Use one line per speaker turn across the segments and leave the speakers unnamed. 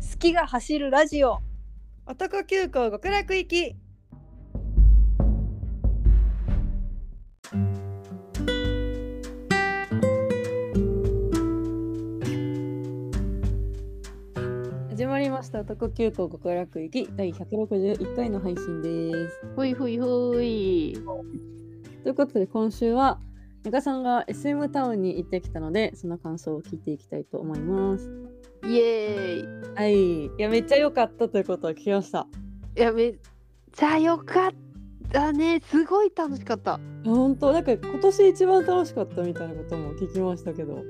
月が走るラジオ
男急行極楽行き始まりました男急行極楽行き第161回の配信です
ほいほいほい。
ということで今週はネカさんが SM タウンに行ってきたのでその感想を聞いていきたいと思います
イエーイ。
はいいやめっちゃ良かったということを聞きました
いやめっちゃよかったね。すごい楽しかった。
本当なんか今年一番楽しかったみたいなことも聞きましたけど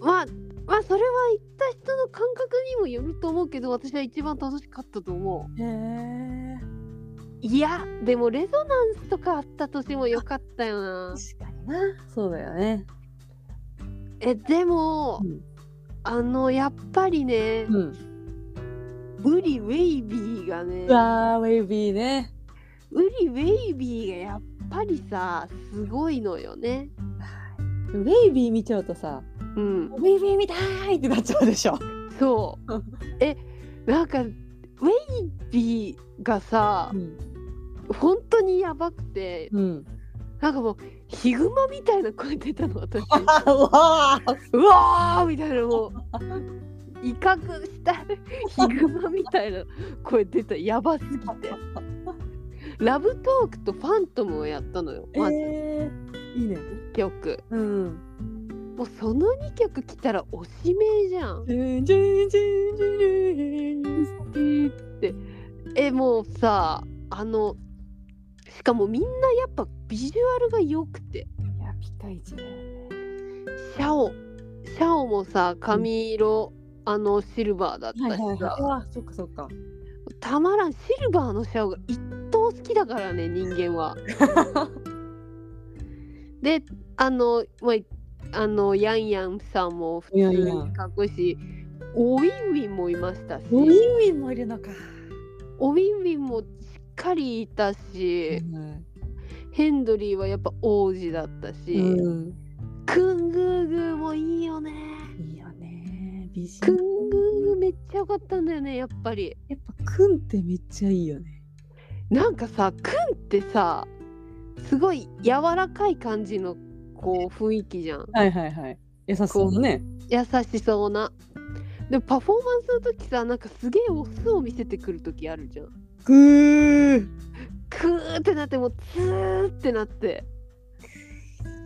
まあまあそれは行った人の感覚にもよると思うけど私は一番楽しかったと思う。
へえ
いやでもレゾナンスとかあった年もよかったよな。
かになそうだよね
えでも、
うん
あのやっぱりね、
うん
ウリウェイビーがね
うわーウェイビーね
ウリウェイビーがやっぱりさすごいのよね。
ウェイビー見ちゃうとさ
うん
ウ。ェイビー見たいってなっちゃうでしょ
そうえなんかウェイビーがさ
うん、
本当にやばくて
うん、
なんかもうヒグマみたいな声出たの私
あわー
うわーみたい なもう威嚇したヒグマみたいな声出たやばすぎてラブトークとファントムをやったのよ
え
まず
ー、いいね
2曲、
うん
もうその2曲来たらおしめいじゃん
ジュンジュンジュンジュンジュン
ってえもうさあのしかもみんなやっぱビジュアルが良くて
いやピカイチだよね
シャオシャオもさ髪色、あのシルバーだったしさ、
うわそっかそっか
たまらんシルバーのシャオが一等好きだからね人間は。であの,、まあ、あのヤンヤンさんも普通にかっこいいしおウィンウィンもいましたし
ウィンウィンもいるのか、
おウィンウィンもしっかりいたし。
うん
ヘンドリーはやっぱ王子だったし、
うん
クングーグーもいいよね
いいよね美人
クングーグーめっちゃ良かったんだよねやっぱり
やっぱくんってめっちゃいいよね
なんかさクンってさすごい柔らかい感じのこう雰囲気じゃん
はいはいはい優しそうなね
優しそうなでもパフォーマンスの時さなんかすげえオスを見せてくる時あるじゃん
くー
クーってなってもうツーってなって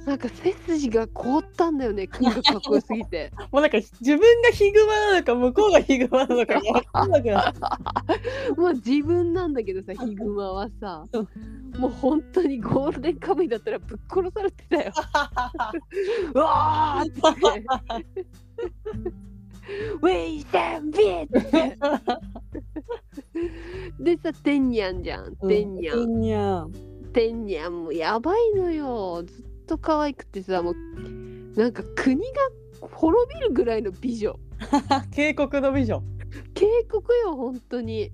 なんか背筋が凍ったんだよねクンがかっこよすぎて
もうなんか自分がヒグマなのか向こうがヒグマな のか分かんなくなった
まあ自分なんだけどさヒグマはさ
うん
もう本当にゴールデンカムイだったらぶっ殺されて たよ。うわーってウェイセンビーってでさテンニャンじゃんテンニャン、
てんにゃん
テンニャンもやばいのよずっと可愛くてさもうなんか国が滅びるぐらいの美女
渓谷の美女
警告よ本当に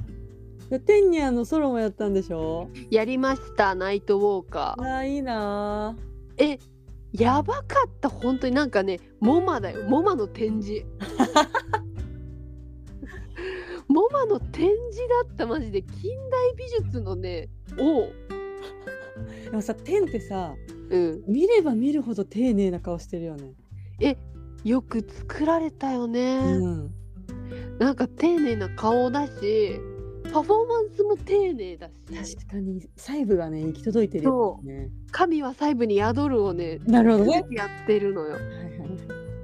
てんにゃんのソロもやったんでしょ
やりましたナイトウォーカー。
あーいいな
えやばかった本当になんかねモマだよモマの 展示モマの展示だったマジで近代美術のねを
ーでもさてんってさ
うん
見れば見るほど丁寧な顔してるよね
よく作られたよね、
うん
なんか丁寧な顔だしパフォーマンスも丁寧だし
確かに細部がね行き届いてるよね
神は細部に宿るをね
なるほどね
やってるのよ
はいは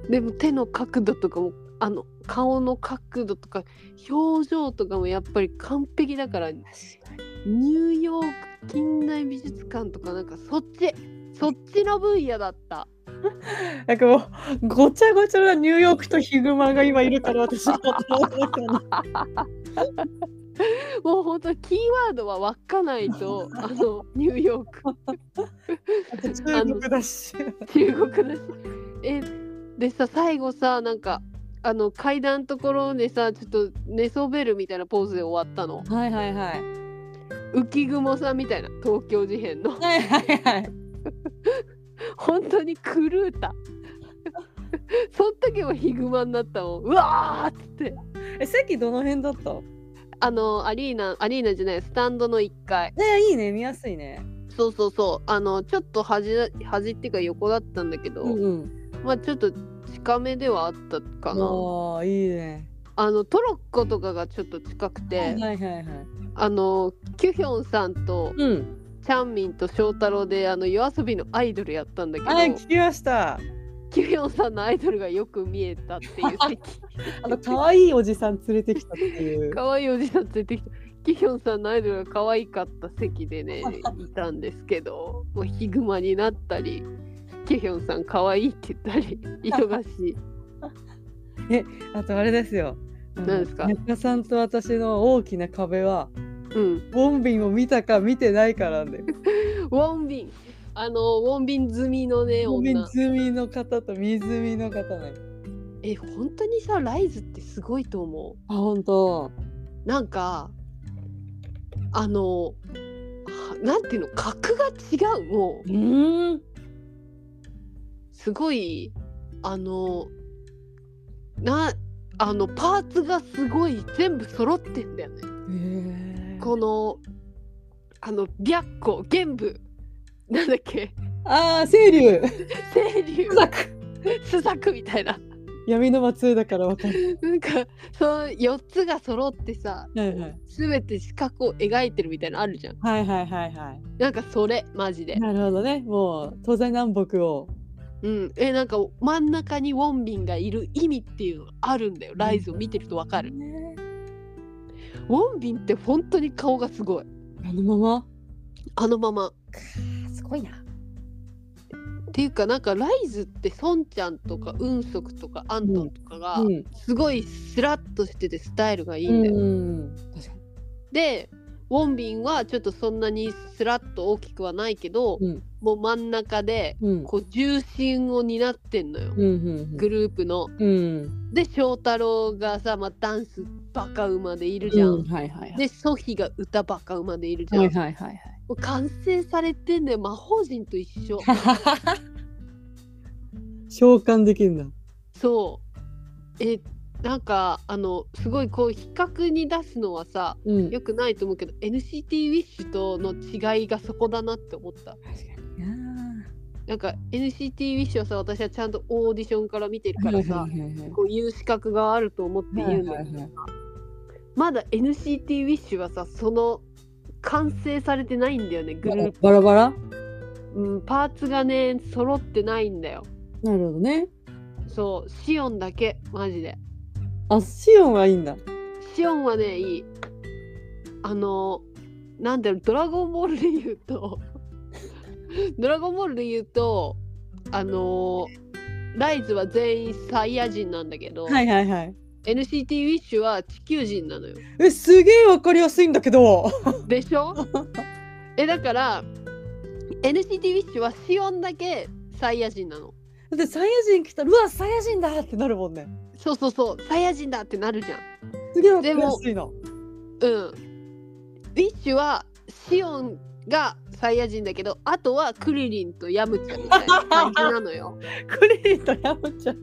い
でも手の角度とかもあの顔の角度とか表情とかもやっぱり完璧だからニューヨーク近代美術館とかなんかそっちそっちの分野だった
なんかもうごちゃごちゃなニューヨークとヒグマが今いるから私は
もう本当キーワードはかないとあのニューヨーク
中国だし。
中国だしえでさ最後さなんかあの階段のところでさちょっと寝そべるみたいなポーズで終わったの
はいはいはい。
浮雲さんみたいな東京事変の
はいはいはい。
本当に狂 うたその時はヒグマになったもんうわーっつって
え、席どの辺だった
あのアリーナアリーナじゃないスタンドの1階
ねいいね、見やすいね。
そうそうそうあのちょっと端だ端っていうか横だったんだけど、
うんうん。
まあちょっと近めではあったかな
ああ、いいね。
あのトロッコとかがちょっと近くて、
はいはいはい。
あのキュヒョンさんと
うん。
チャンミンと翔太郎であの夜遊びのアイドルやったんだけど、
はい、聞きました。
キュヒョンさんのアイドルがよく見えたって いう席
あの、可愛いおじさん連れてきたって いう。
可愛いおじさん連れてきたキュヒョンさんのアイドルが可愛かった席でねいたんですけどもうヒグマになったりキュヒョンさん可愛いって言っ たり忙しい
あとあれですよ。
何ですか
あの中さんと私の大きな壁は、
うん
ウォンビンを見たか見てないかなんで。
ウォンビンあのウォンビン済みのね女
水見の方と水見の方ね。
え本当にさライズってすごいと思う
あ、本当。
なんかあのはなんていうの格が違うもう
うん。
すごいあのなあのパーツがすごい全部揃ってんだよね
え
このあの白虎玄武なんだっけ
ああ、清流。
清流朱雀みたいな
闇の松江だからわかる。
なんかその4つが揃ってさ
はいはい。
全て四角を描いてるみたいなのあるじゃん
はいはいはいは
なんかそれマジで
い。なるほどね。もう東西南北を。
うん、えなんか真ん中にウォンビンがいる意味っていうのがあるんだよライズを見てるとわかる、ウォンビンって本当に顔がすごい
あのまま。
あのまます
ごいな。
っていうかなんかライズってソンちゃんとかウンソクとかアントンとかが
うん。
すごいスラッとしててスタイルがいい
うん
だよ、
ん。確かに。
でウォンビンはちょっとそんなにスラッと大きくはないけど、
うん
もう真ん中で
うん。
こう重心を担ってんのよ、
うんうん
グループの
うん。うん。
で翔太郎がさ、まあ、ダンスバカ馬でいるじゃん、
うんはいはいはい。
でソフィが歌バカ馬でいるじゃん、
はいはいはい
もう完成されてんだよ魔法陣と一 緒
はい。 召喚できるんだ。
そうえなんかあのすごいこう比較に出すのはさ
うん。
よくないと思うけど NCT ウィッシュとの違いがそこだなって思った
確かにな。
なんか NCT ウィッシュはさ私はちゃんとオーディションから見てる
は
か
いは
ら
いは
さ
いはい
こういう資格があると思って言うん
は
だ
いはい
けど
はい
さまだ NCT ウィッシュはさその完成されてないんだよねグループ、
バラバラ
うん、パーツがね揃ってないんだよ
なるほどね。
そうシオンだけマジで
あ、シオンはいいんだ。
シオンはねいいあのなんだろうドラゴンボールで言うと ドラゴンボールで言うとあのライズは全員サイヤ人なんだけど、
はいはいはい。
NCT ウィッシュは地球人なのよ
え、すげえわかりやすいんだけど。
でしょえだから NCT ウィッシュはシオンだけサイヤ人なの
だってサイヤ人来たら、うわ、サイヤ人だってなるもんね。
そうそうそうサイヤ人だってなるじゃん
すげえわかりやすいな。
うん。ウィッシュはシオンがサイヤ人だけど、あとはクリリンとヤムちゃんみたいな感じなのよ。
クリリンとヤムちゃん。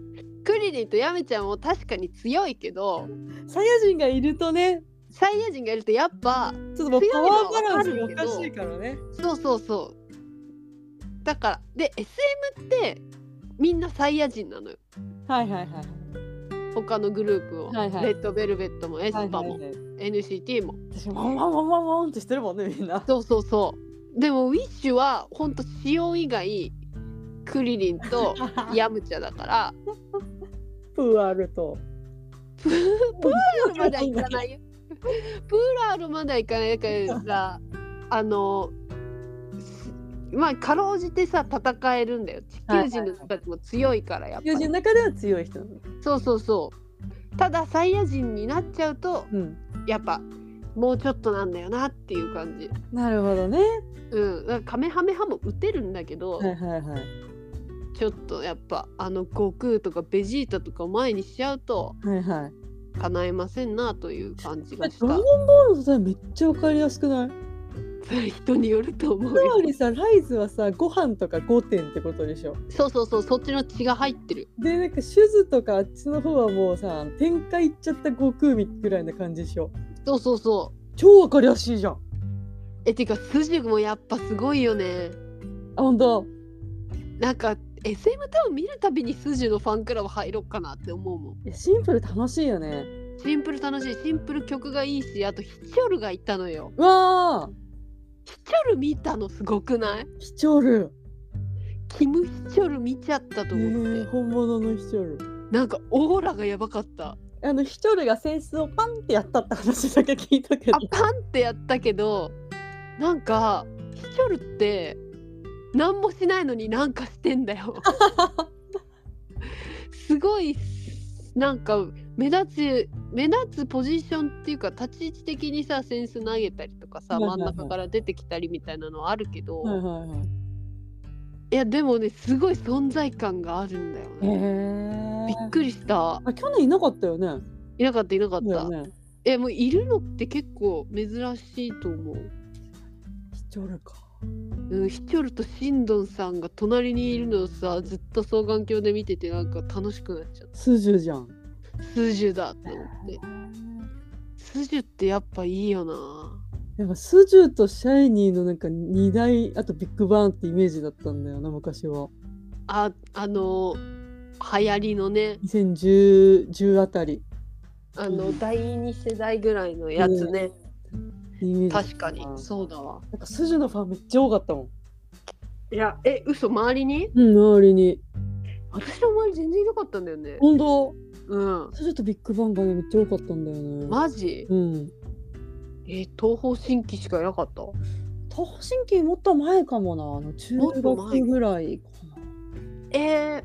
クリリンとヤムちゃんも確かに強いけど、
サイヤ人がいるとね、
サイヤ人がいるとやっぱ、
ちょっともうパワーバランスが
強
お
いのは
か
わか
し
る
い
け
からね。
そうそうそう。だから、で、SM ってみんなサイヤ人なのよ。
はいはいはい。
他のグループを。
はいはい
レッドベルベットもエスパ
はい
も、
はいはい。
NCT も。
私、ワンワンワンワンワンってしてるもんね、みん な。
そうそうそう。でもウィッシュはほんとシオン以外、クリリン とヤムチャだから。
プーアルと。
プールまでは行かない よ。プールあるまでは行かないだからあのすまあかろうじてさ戦えるんだよ地球人の人たちも強いからやっぱ
友
り、
人の中では強い人なの。
そうそうそうただサイヤ人になっちゃうと
うん。
やっぱもうちょっとなんだよなっていう感じ
なるほどね。
うんだからカメハメハも打てるんだけど、
はいはいはい。
ちょっとやっぱあの悟空とかベジータとかを前にしちゃうと
はいはい。
叶えませんなという感じがし
ドラ
た
ゴンボールの例えめっちゃわかりやすくない
それ人によると思う
つ
よ
まりさライズはさご飯とか5点ってことでしょ
そうそうそうそっちの血が入ってる
でなんか手術とかあっちの方はもうさ展開いっちゃった悟空みぐらいな感じでしょ
そうそうそ
超わかりやすいじゃん
うえてか筋もやっぱすごいよね
あ本当
なんか SM タウン見るたびに筋のファンクラブ入ろうかなって思うもん
いやシンプル楽しいよね
シンプル楽しいシンプル曲がいいしあとヒチョルがいたのよ
うわあ
ヒチョル見たのすごくない
ヒチョル
キムヒチョル見ちゃったと
え
思って、
ー、本物のヒチョル
なんかオーラがやばかった
あのヒチョルが扇子をパンってやったって話だけ聞いたけど
あパンってやったけどなんかヒチョルって何もしないのになんかしてんだ よすごいなんか目立つ目立つポジションっていうか立ち位置的にさセンス投げたりとかさ
はいは
真
い
ん
はい
中から出てきたりみたいなのはあるけど、
はい
い
はいはい
やでもねすごい存在感があるんだよ
へえ
ね、びっくりした
あ去年いなかったよね
いなかったいなかっ
だ
た、
よね
えもういるのって結構珍しいと思う
ヒチョルか
うん、ヒチョルとシンドンさんが隣にいるのをさずっと双眼鏡で見ててなんか楽しくなっちゃっ
スジュじゃん
たスジュだって思ってスジュってやっぱいいよな
なんかスジュとシャイニーのなんか2大あとビッグバンってイメージだったんだよな昔は
ああの流行りのね
2010 10あたり
あ
う
の
ん
第二世代ぐらいのやつね、
のイメージだった
確かにそうだわ
なんかスジュのファンめっちゃ多かったもん
いやえ嘘周りに
うん周りに
私の周り全然いなかったんだよね
本当
うん
スジュとビッグバンがねめっちゃ多かったんだよね、
マジ
うん
え東方神起しかいなかった
東方神起もっと前かもなあの中
もっと前
学ぐらいかな
えー、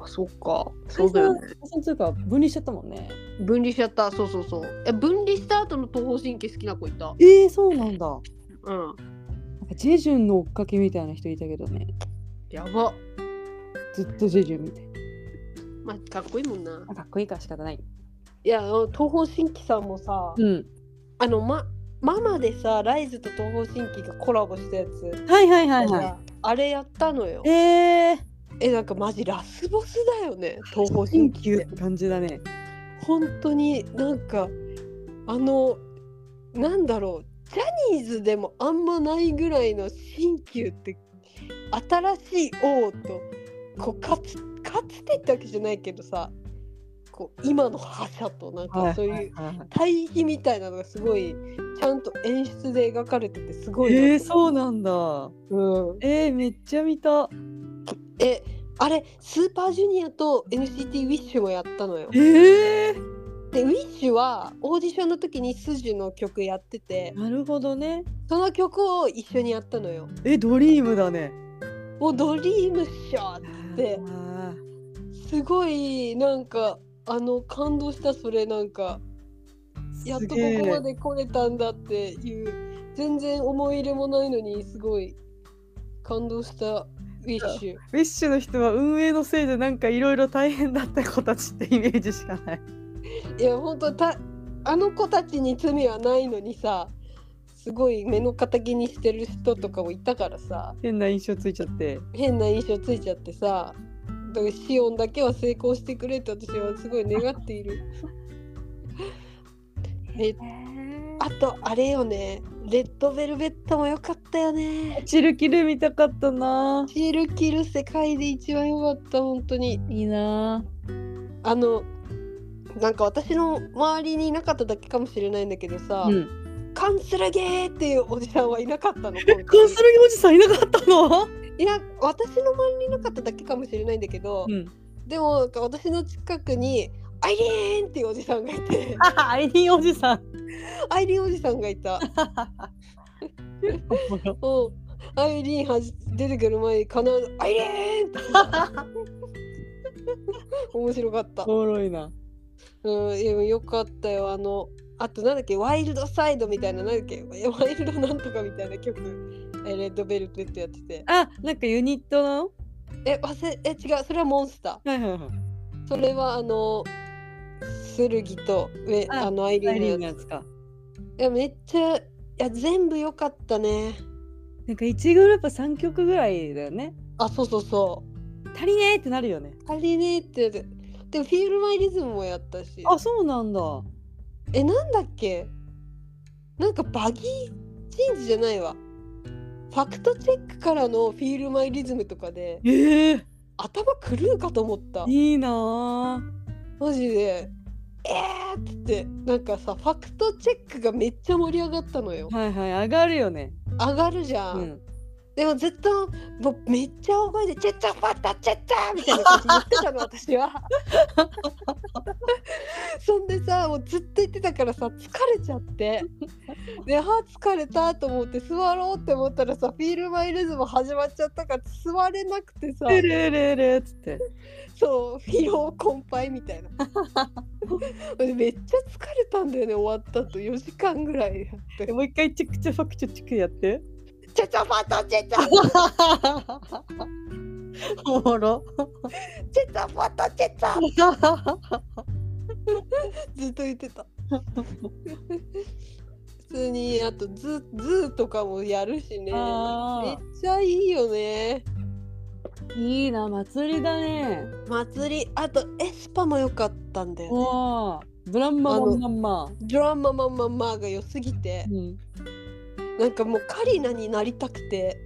あそっかそうだよね
解散解散というか分離しちゃったもんね
分離しちゃったそうそうそうえ分離した後の東方神起好きな子いた
えー、そうなんだな
うん
んかジェジュンの追っかけみたいな人いたけどね
やば
ずっとジェジュンみたいな
まあかっこいいもんな
あかっこいいから仕方ない
いやあの東方神起さんもさ、
うん
あのまママでさライズと東方神起がコラボしたやつ
はいはいはいは
ああれやったのよ
いえー、
えなんかマジラスボスだよね東方神起って
て感じだね
本当になんかあのなんだろうジャニーズでもあんまないぐらいの新旧って新しい王とこうかつかつてってわけじゃないけどさこう今の覇者となんかそういう
はいはいはい
対比みたいなのがすごいちゃんと演出で描かれててすごい
えー、そう
う、
なんだ
うん、
えー、めっちゃ見た
えあれスーパージュニアと NCT ウィッシュもやったのよ
えー、
でウィッシュはオーディションの時にスジュの曲やってて
なるほどね
その曲を一緒にやったのよ。
えドリームだね
もうドリームっしょで
あ
すごいなんかあの感動したそれなんか
ー
やっとこ
すげえ
こまで来れたんだっていう全然思い入れもないのにすごい感動したウィッシュ。
ウィッシュの人は運営のせいでなんかいろいろ大変だった子たちってイメージしかない
いや本当たあの子たちに罪はないのにさすごい目の敵にしてる人とかもいたからさ
変な印象ついちゃって
変な印象ついちゃってさだからシオンだけは成功してくれって私はすごい願っている。えあとあれよねレッドベルベットも良かったよね
チルキル見たかったな
シールキル世界で一番良かった本当に
いいな
あのなんか私の周りにいなかっただけかもしれないんだけどさ、
うん
カンスルゲーっていうおじさんはいなかった の
コ
今
ン
回
スルおじさんいなかったの
いや私の周りにいなかっただけかもしれないんだけど、
ん
でもなんか私の近くにアイリーンっていうおじさんがいて
アイリンおじさん
アイリーンおじさんがいた。うんアイリーンはじ出てくる前に必ず「アイリーン!」って言ってた面白かっ た。
おもろいな
うん、でもよかったよ。あの、あとなんだっけ、ワイルドサイドみたいな、なんだっけ、えワイルドなんとかみたいな曲、えレッドベルベットやってて。
あなんかユニットなの
え、忘れ、え、違う、それはモンスタ
はいはいはい
ー。それはあの、スルギと、え、
あ
あの、アイリ
アイリ
ー
ン
ンの
の
や
や
つ。
つか
いや、めっちゃや全部良かったね
なんか1グループ3曲ぐらいだよね
あそうそうそ
足りねえってなるよね
う足りねえってでもフィールマイリズムもやったし
あそうなんだ
えなんだっけなんかバギーチェンジじゃないわファクトチェックからのフィールマイリズムとかで
ええ
頭狂うかと思った
いいなー
マジでえーっつってなんかさファクトチェックがめっちゃ盛り上がったのよ
はいはい上がるよね
上がるじゃん、
うん
でもずっともうめっちゃ大声で「チェッチャファッタチェッチャ!」みたいなこと言ってたの私はそんでさもうずっと言ってたからさ疲れちゃってで「はあ疲れた」と思って座ろうって思ったらさフィールマイレズム始まっちゃったから座れなくてさ
ルルルルっつって
そう疲労困憊みたいなめっちゃ疲れたんだよね終わったと4時間ぐらいやって
もう一回チェックチェファクチェックチェックやって
「チェッチャファッタチェッチャ!」
おも ろ
チェッチャファッタチェッチャずっと言っ てた普通にあとズズーとかもやるしね
あ
め
ー
っちゃいいよね
いいな祭りだね
祭りあとエスパも良かったんだよね
おーブランマ
あ
マ
の
ンマンマ
ドラママママが良すぎて
ン、うん、
なんかもうカリナになりたくて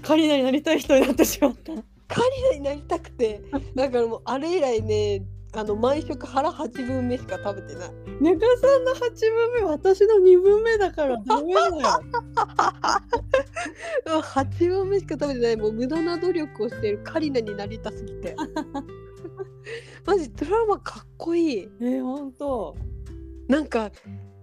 カリナになりたい人になってしまった
カリナになりたくてだからもうあれ以来ねあの毎食腹8分目しか食べ てない
ネカさんの8分目私の2分目だからダメだよ
うん8分目しか食べてないもう無駄な努力をしているカリナになりたすぎ てマジドラマかっこいい
えー、ほんと
なんか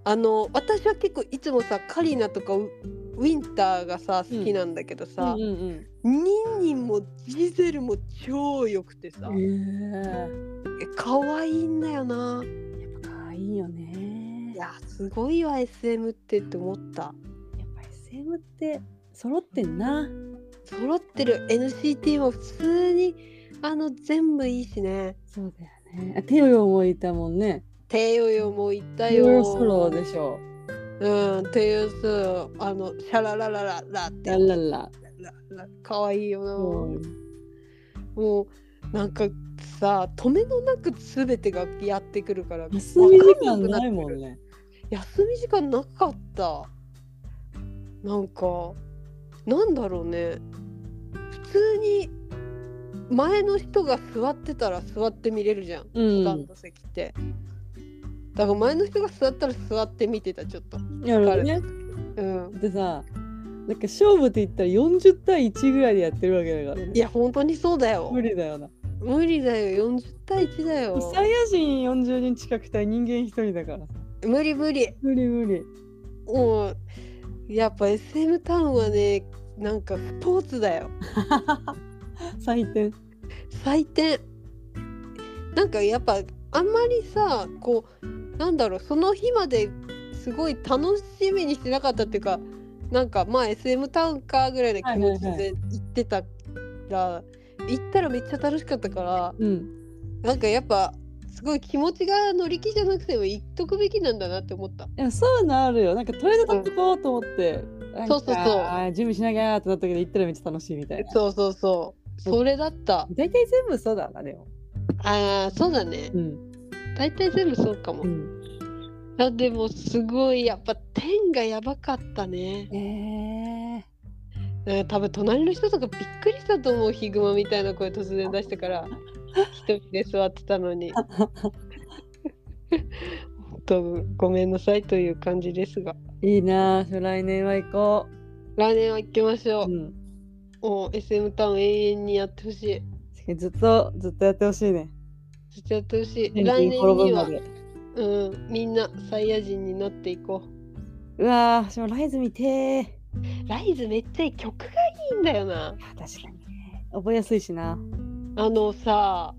あの私は結構いつもさカリナとかウウィンターがさ好きなんだけどさ、
うんうん
ニンニンもジゼルも超良くてさ
うんえ
え可愛いんだよな
ー、やっぱ可愛いよね
いやすごいわ SM ってって思った
やっぱ SM って揃ってんな
揃ってる NCT も普通にあの全部いいしね
そうだよねあテヨヨもいたもんね
低ヨヨも言った
テヨ
よ
ヨソロでしょ
うん、っていうさ、あの、シャラララララって
ラララ
ララかわいいよな。
うん
もう、なんかさ、止めのなく全てがやってくるから、
休み時間
わかんなくな
な
って
い
くる
もんね
休み時間なかった。なんか、なんだろうね。普通に、前の人が座ってたら座って見れるじゃん、
うん
スタンド席って。だから前の人が座ったら座って見てた、ちょっと。
やるね
うん。
でさなんか勝負って言ったら40対1ぐらいでやってるわけだからね、
いや、本当にそうだよ。
無理だよな
無理だよ40対1だよ
サイヤ人40人近く対人間1人だから
無理無理
無理無理
もうやっぱ SM タウンはねなんかスポーツだよ
採点
採点なんかやっぱあんまりさこうなんだろうその日まですごい楽しみにしてなかったっていうかなんかまあ SM タウンかぐらいの気持ち
はいはい
で行ってたら、行ったらめっちゃ楽しかったから
うん
なんかやっぱすごい気持ちが乗り気じゃなくても行っとくべきなんだなって思った。
でもそういうのあるよなんかとりあえず立っとこうと思って、なんか
そうそうそう
あー準備しなきゃーってなったけど行ったらめっちゃ楽しいみたいな
そうそうそう。それだった。
大体全部そうだなでも
ああ、そうだね。
うん
大体全部そうかも
う。ん
あでもすごいやっぱ天がやばかったね。
えー
うん多分隣の人とかびっくりしたと思うヒグマみたいな声突然出してから一人で座ってたのに。本当ごめんなさいという感じですが
いいなあ来年は行こ
来年は行きましょ
う、う
う、
ん、
もう SM タウン永遠にやってほしい
ずっとずっとやってほしいね
ずっとやってほしい
天
来
気
年
に
に
転ぶま
は、
で
うん、みんなサイヤ人になっていこう
うわー私もライズ見てーい
ライズめっちゃいい曲がいいんだよな。
や確かにね覚えやすいしな
あのさ、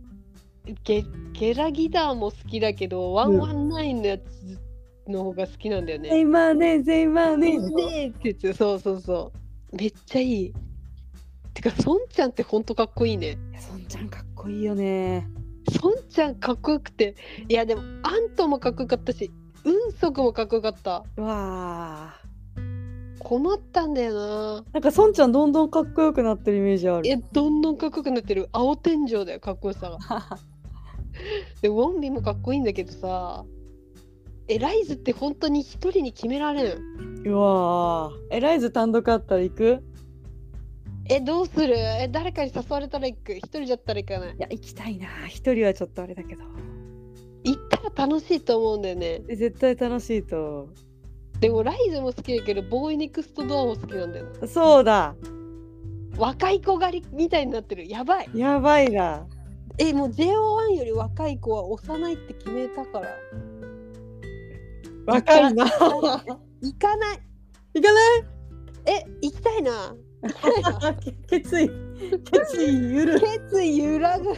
ゲゲラギターも好きだけど、ワンワンナインのやつの方が好きなんだよ
「ゼイ
ね。
マーネーゼイマーネー」
ねえって言ってそうそうそう。めっちゃいい。てか、ソンちゃんってほんとかっこいい
い
ね。
やそんちゃんかっこいいよね
ソンちゃんかっこよくて。いや、でも、アントもかっこよかったし、ウンソクもかっこよかった。
うわー
困ったんだよな
なんか孫ちゃんどんどんかっこよくなってるイメージある
いやどんどんかっこよくなってる青天井だよかっこよさがでウォンビもかっこいいんだけどさえライズって本当に一人に決められん
うわーえライズ単独あったら行く
えどうするえ誰かに誘われたら行く一人じゃったら行かない
いや行きたいな一人はちょっとあれだけど
行ったら楽しいと思うんだよね
え絶対楽しいと
でもライズも好きだけどボーイネクストドアも好きなんだよな
そうだ
若い子狩りみたいになってるやばい
やばいな
えもう JO1 より若い子は幼いって決めた から
若いな
行かない
行かない
え行きたいな行きたいな
決意決意ゆる
決意揺ら ぐ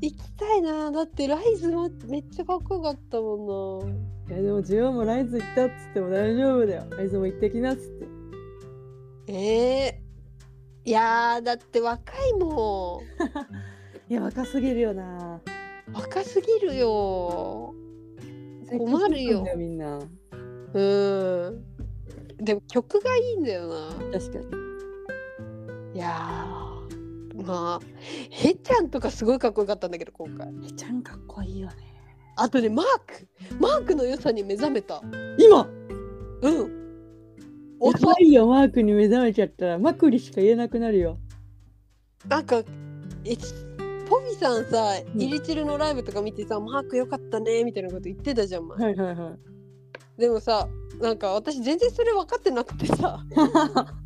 行きたいなだってライズもめっちゃかっこよかったもんない
やでもジオもライズ行ったっつっても大丈夫だよライズも行ってきなっつって
えー、いやーだって若いも
いや若すぎるよなん
若すぎるよ困るよ
みんな
うんでも曲がいいんだよな
確かに
いやーまあへちゃんとかすごいかっこよかったんだけど今回
えちゃんかっこいいよね
あとねマークマークの良さに目覚めた
今
うん
や
遅
ば
い
いよマークに目覚めちゃったらマクリしか言えなくなるよ
なんかえポビさんさ
ん
イリチルのライブとか見てさ、マーク良かったねみたいなこと言ってたじゃん前、
いはいはい
でもさなんか私全然それ分かってなくてさ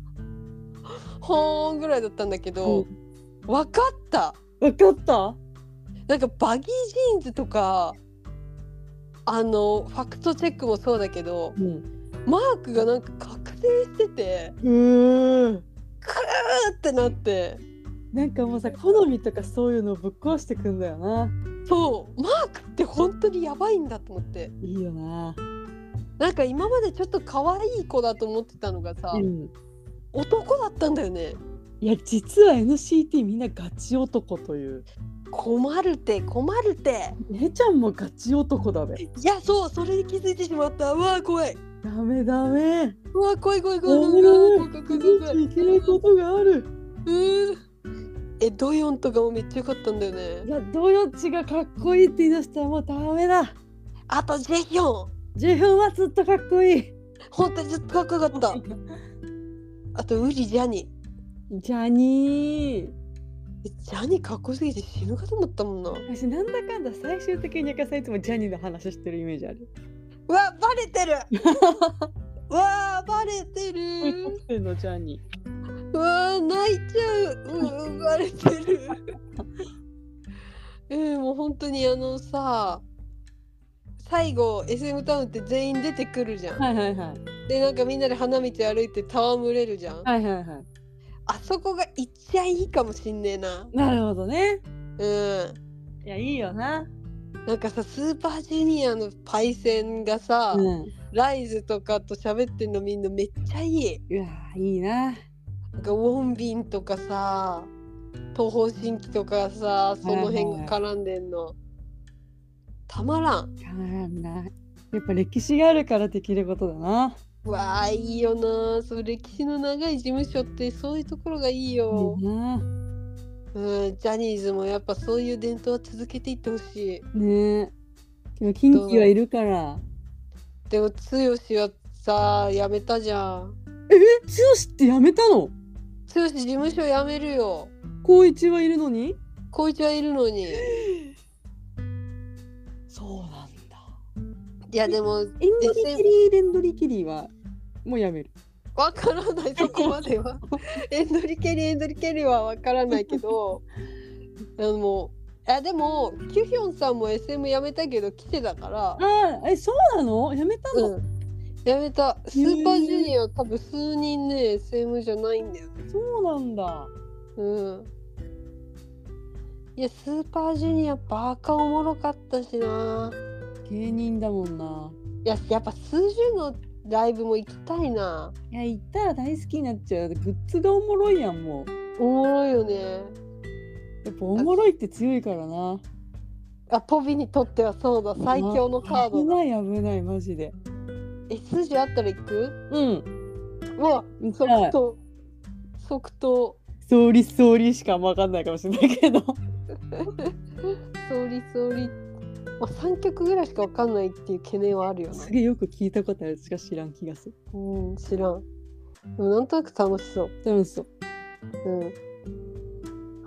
ほーんぐらいだったんだけど、
う
分かった
わかった
なんかバギージーンズとかあのファクトチェックもそうだけど
うん
マークがなんか覚醒してて
うん
クーってなって
なんかもうさ好みとかそういうのをぶっ壊してくんだよな
そうマークって本当にやばいんだと思って
いいよな
なんか今までちょっと可愛い子だと思ってたのがさ、
ん
男だったんだよね
いや実は NCT みんなガチ男という
困るて困るて
姉ちゃんもガチ男だべ
いやそうそれに気づいてしまったうわ怖い
ダメダメ
うわ怖い怖い怖い
ダ
怖
メ
い怖
ダ
い怖
メ
い
気づいちゃ
怖い怖い怖
いけないことがある
うーえドヨンとかもめっちゃ良かったんだよ
い
ね
やドヨッチがかっこいいって言い出したらもうダメだ
あとジェヒョン
自分はずっとかっこいい
本当にちょっとかっこよかったあとウリジャニ
ジャニー
えジャニかっこよすぎて死ぬかと思ったもんな
私なんだかんだ最終的に赤さんいつもジャニーの話してるイメージある
うわバレてる うわバレて
高
る
得点のジャニ
うわ泣いちゃううんバレてる えー、もう本当にあのさ最後 SM タウンって全員出てくるじゃん、
ーはいはいはい
でなんかみんなで花道歩いて戯れるじゃん、
はいはいは
あそこがいっちゃいいかもしんねえない
なるほどね
うん
いやいいよな
なんかさスーパージュニアのパイセンがさ、
うん
ライズとかと喋ってんのみんなめっちゃいいう
わーいいな
なんかウォンビンとかさ東方神起とかさその辺が絡んでんの、たまらん
たまらんなやっぱ歴史があるからできることだな
うわあいいよなそう歴史の長い事務所ってそういうところがいい
い
よ
い、な
うん、ジャニーズもやっぱそういう伝統は続けていってほしい
ねえでも近畿はいるから
でも剛はさやめたじゃん
え剛ってやめたの
剛事務所辞めるよ
高一はいるのに
光一はいるのに
そうなんだ
いやでも
エンドリキリーレンドリキリーはもうやめる
わからないそこまではエンドリケリエンドリケリはわからないけどあのもうあでもキュヒョンさんも SM やめたけど来てたから
ああえそうなのやめたの、
うんやめたスーパージュニアは多分数人ね SM じゃないんだよね
そうなんだ
うんいやスーパージュニアバカおもろかったしな
芸人だもんない
ややっぱ数十のライブも行きたいない
や行ったら大好きになっちゃうグッズがおもろいやんもう
おもろいよね
やっぱおもろいって強いからな
あポビにとってはそうだ最強のカード
危
だ
ない危ないマジで
え筋あったら行く
うん。
うわ
行きた
即
い
答即答
ソーリソーリしかわかんないかもしれないけど。
ソーリソーリ、まあ、3曲ぐらいしか分かんないっていう懸念はあるよな
すげえよく聞いたことあるしか知らん気がする。
うん知らんでもなんとなく楽しそう
楽しそう。
うん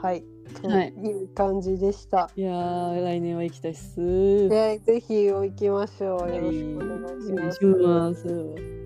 はいと
はい
いう感じでした、
いやー、来年は行きたいっす。お
でぜひ行きましょうよろしくお願いし
願
ま
い
す
します。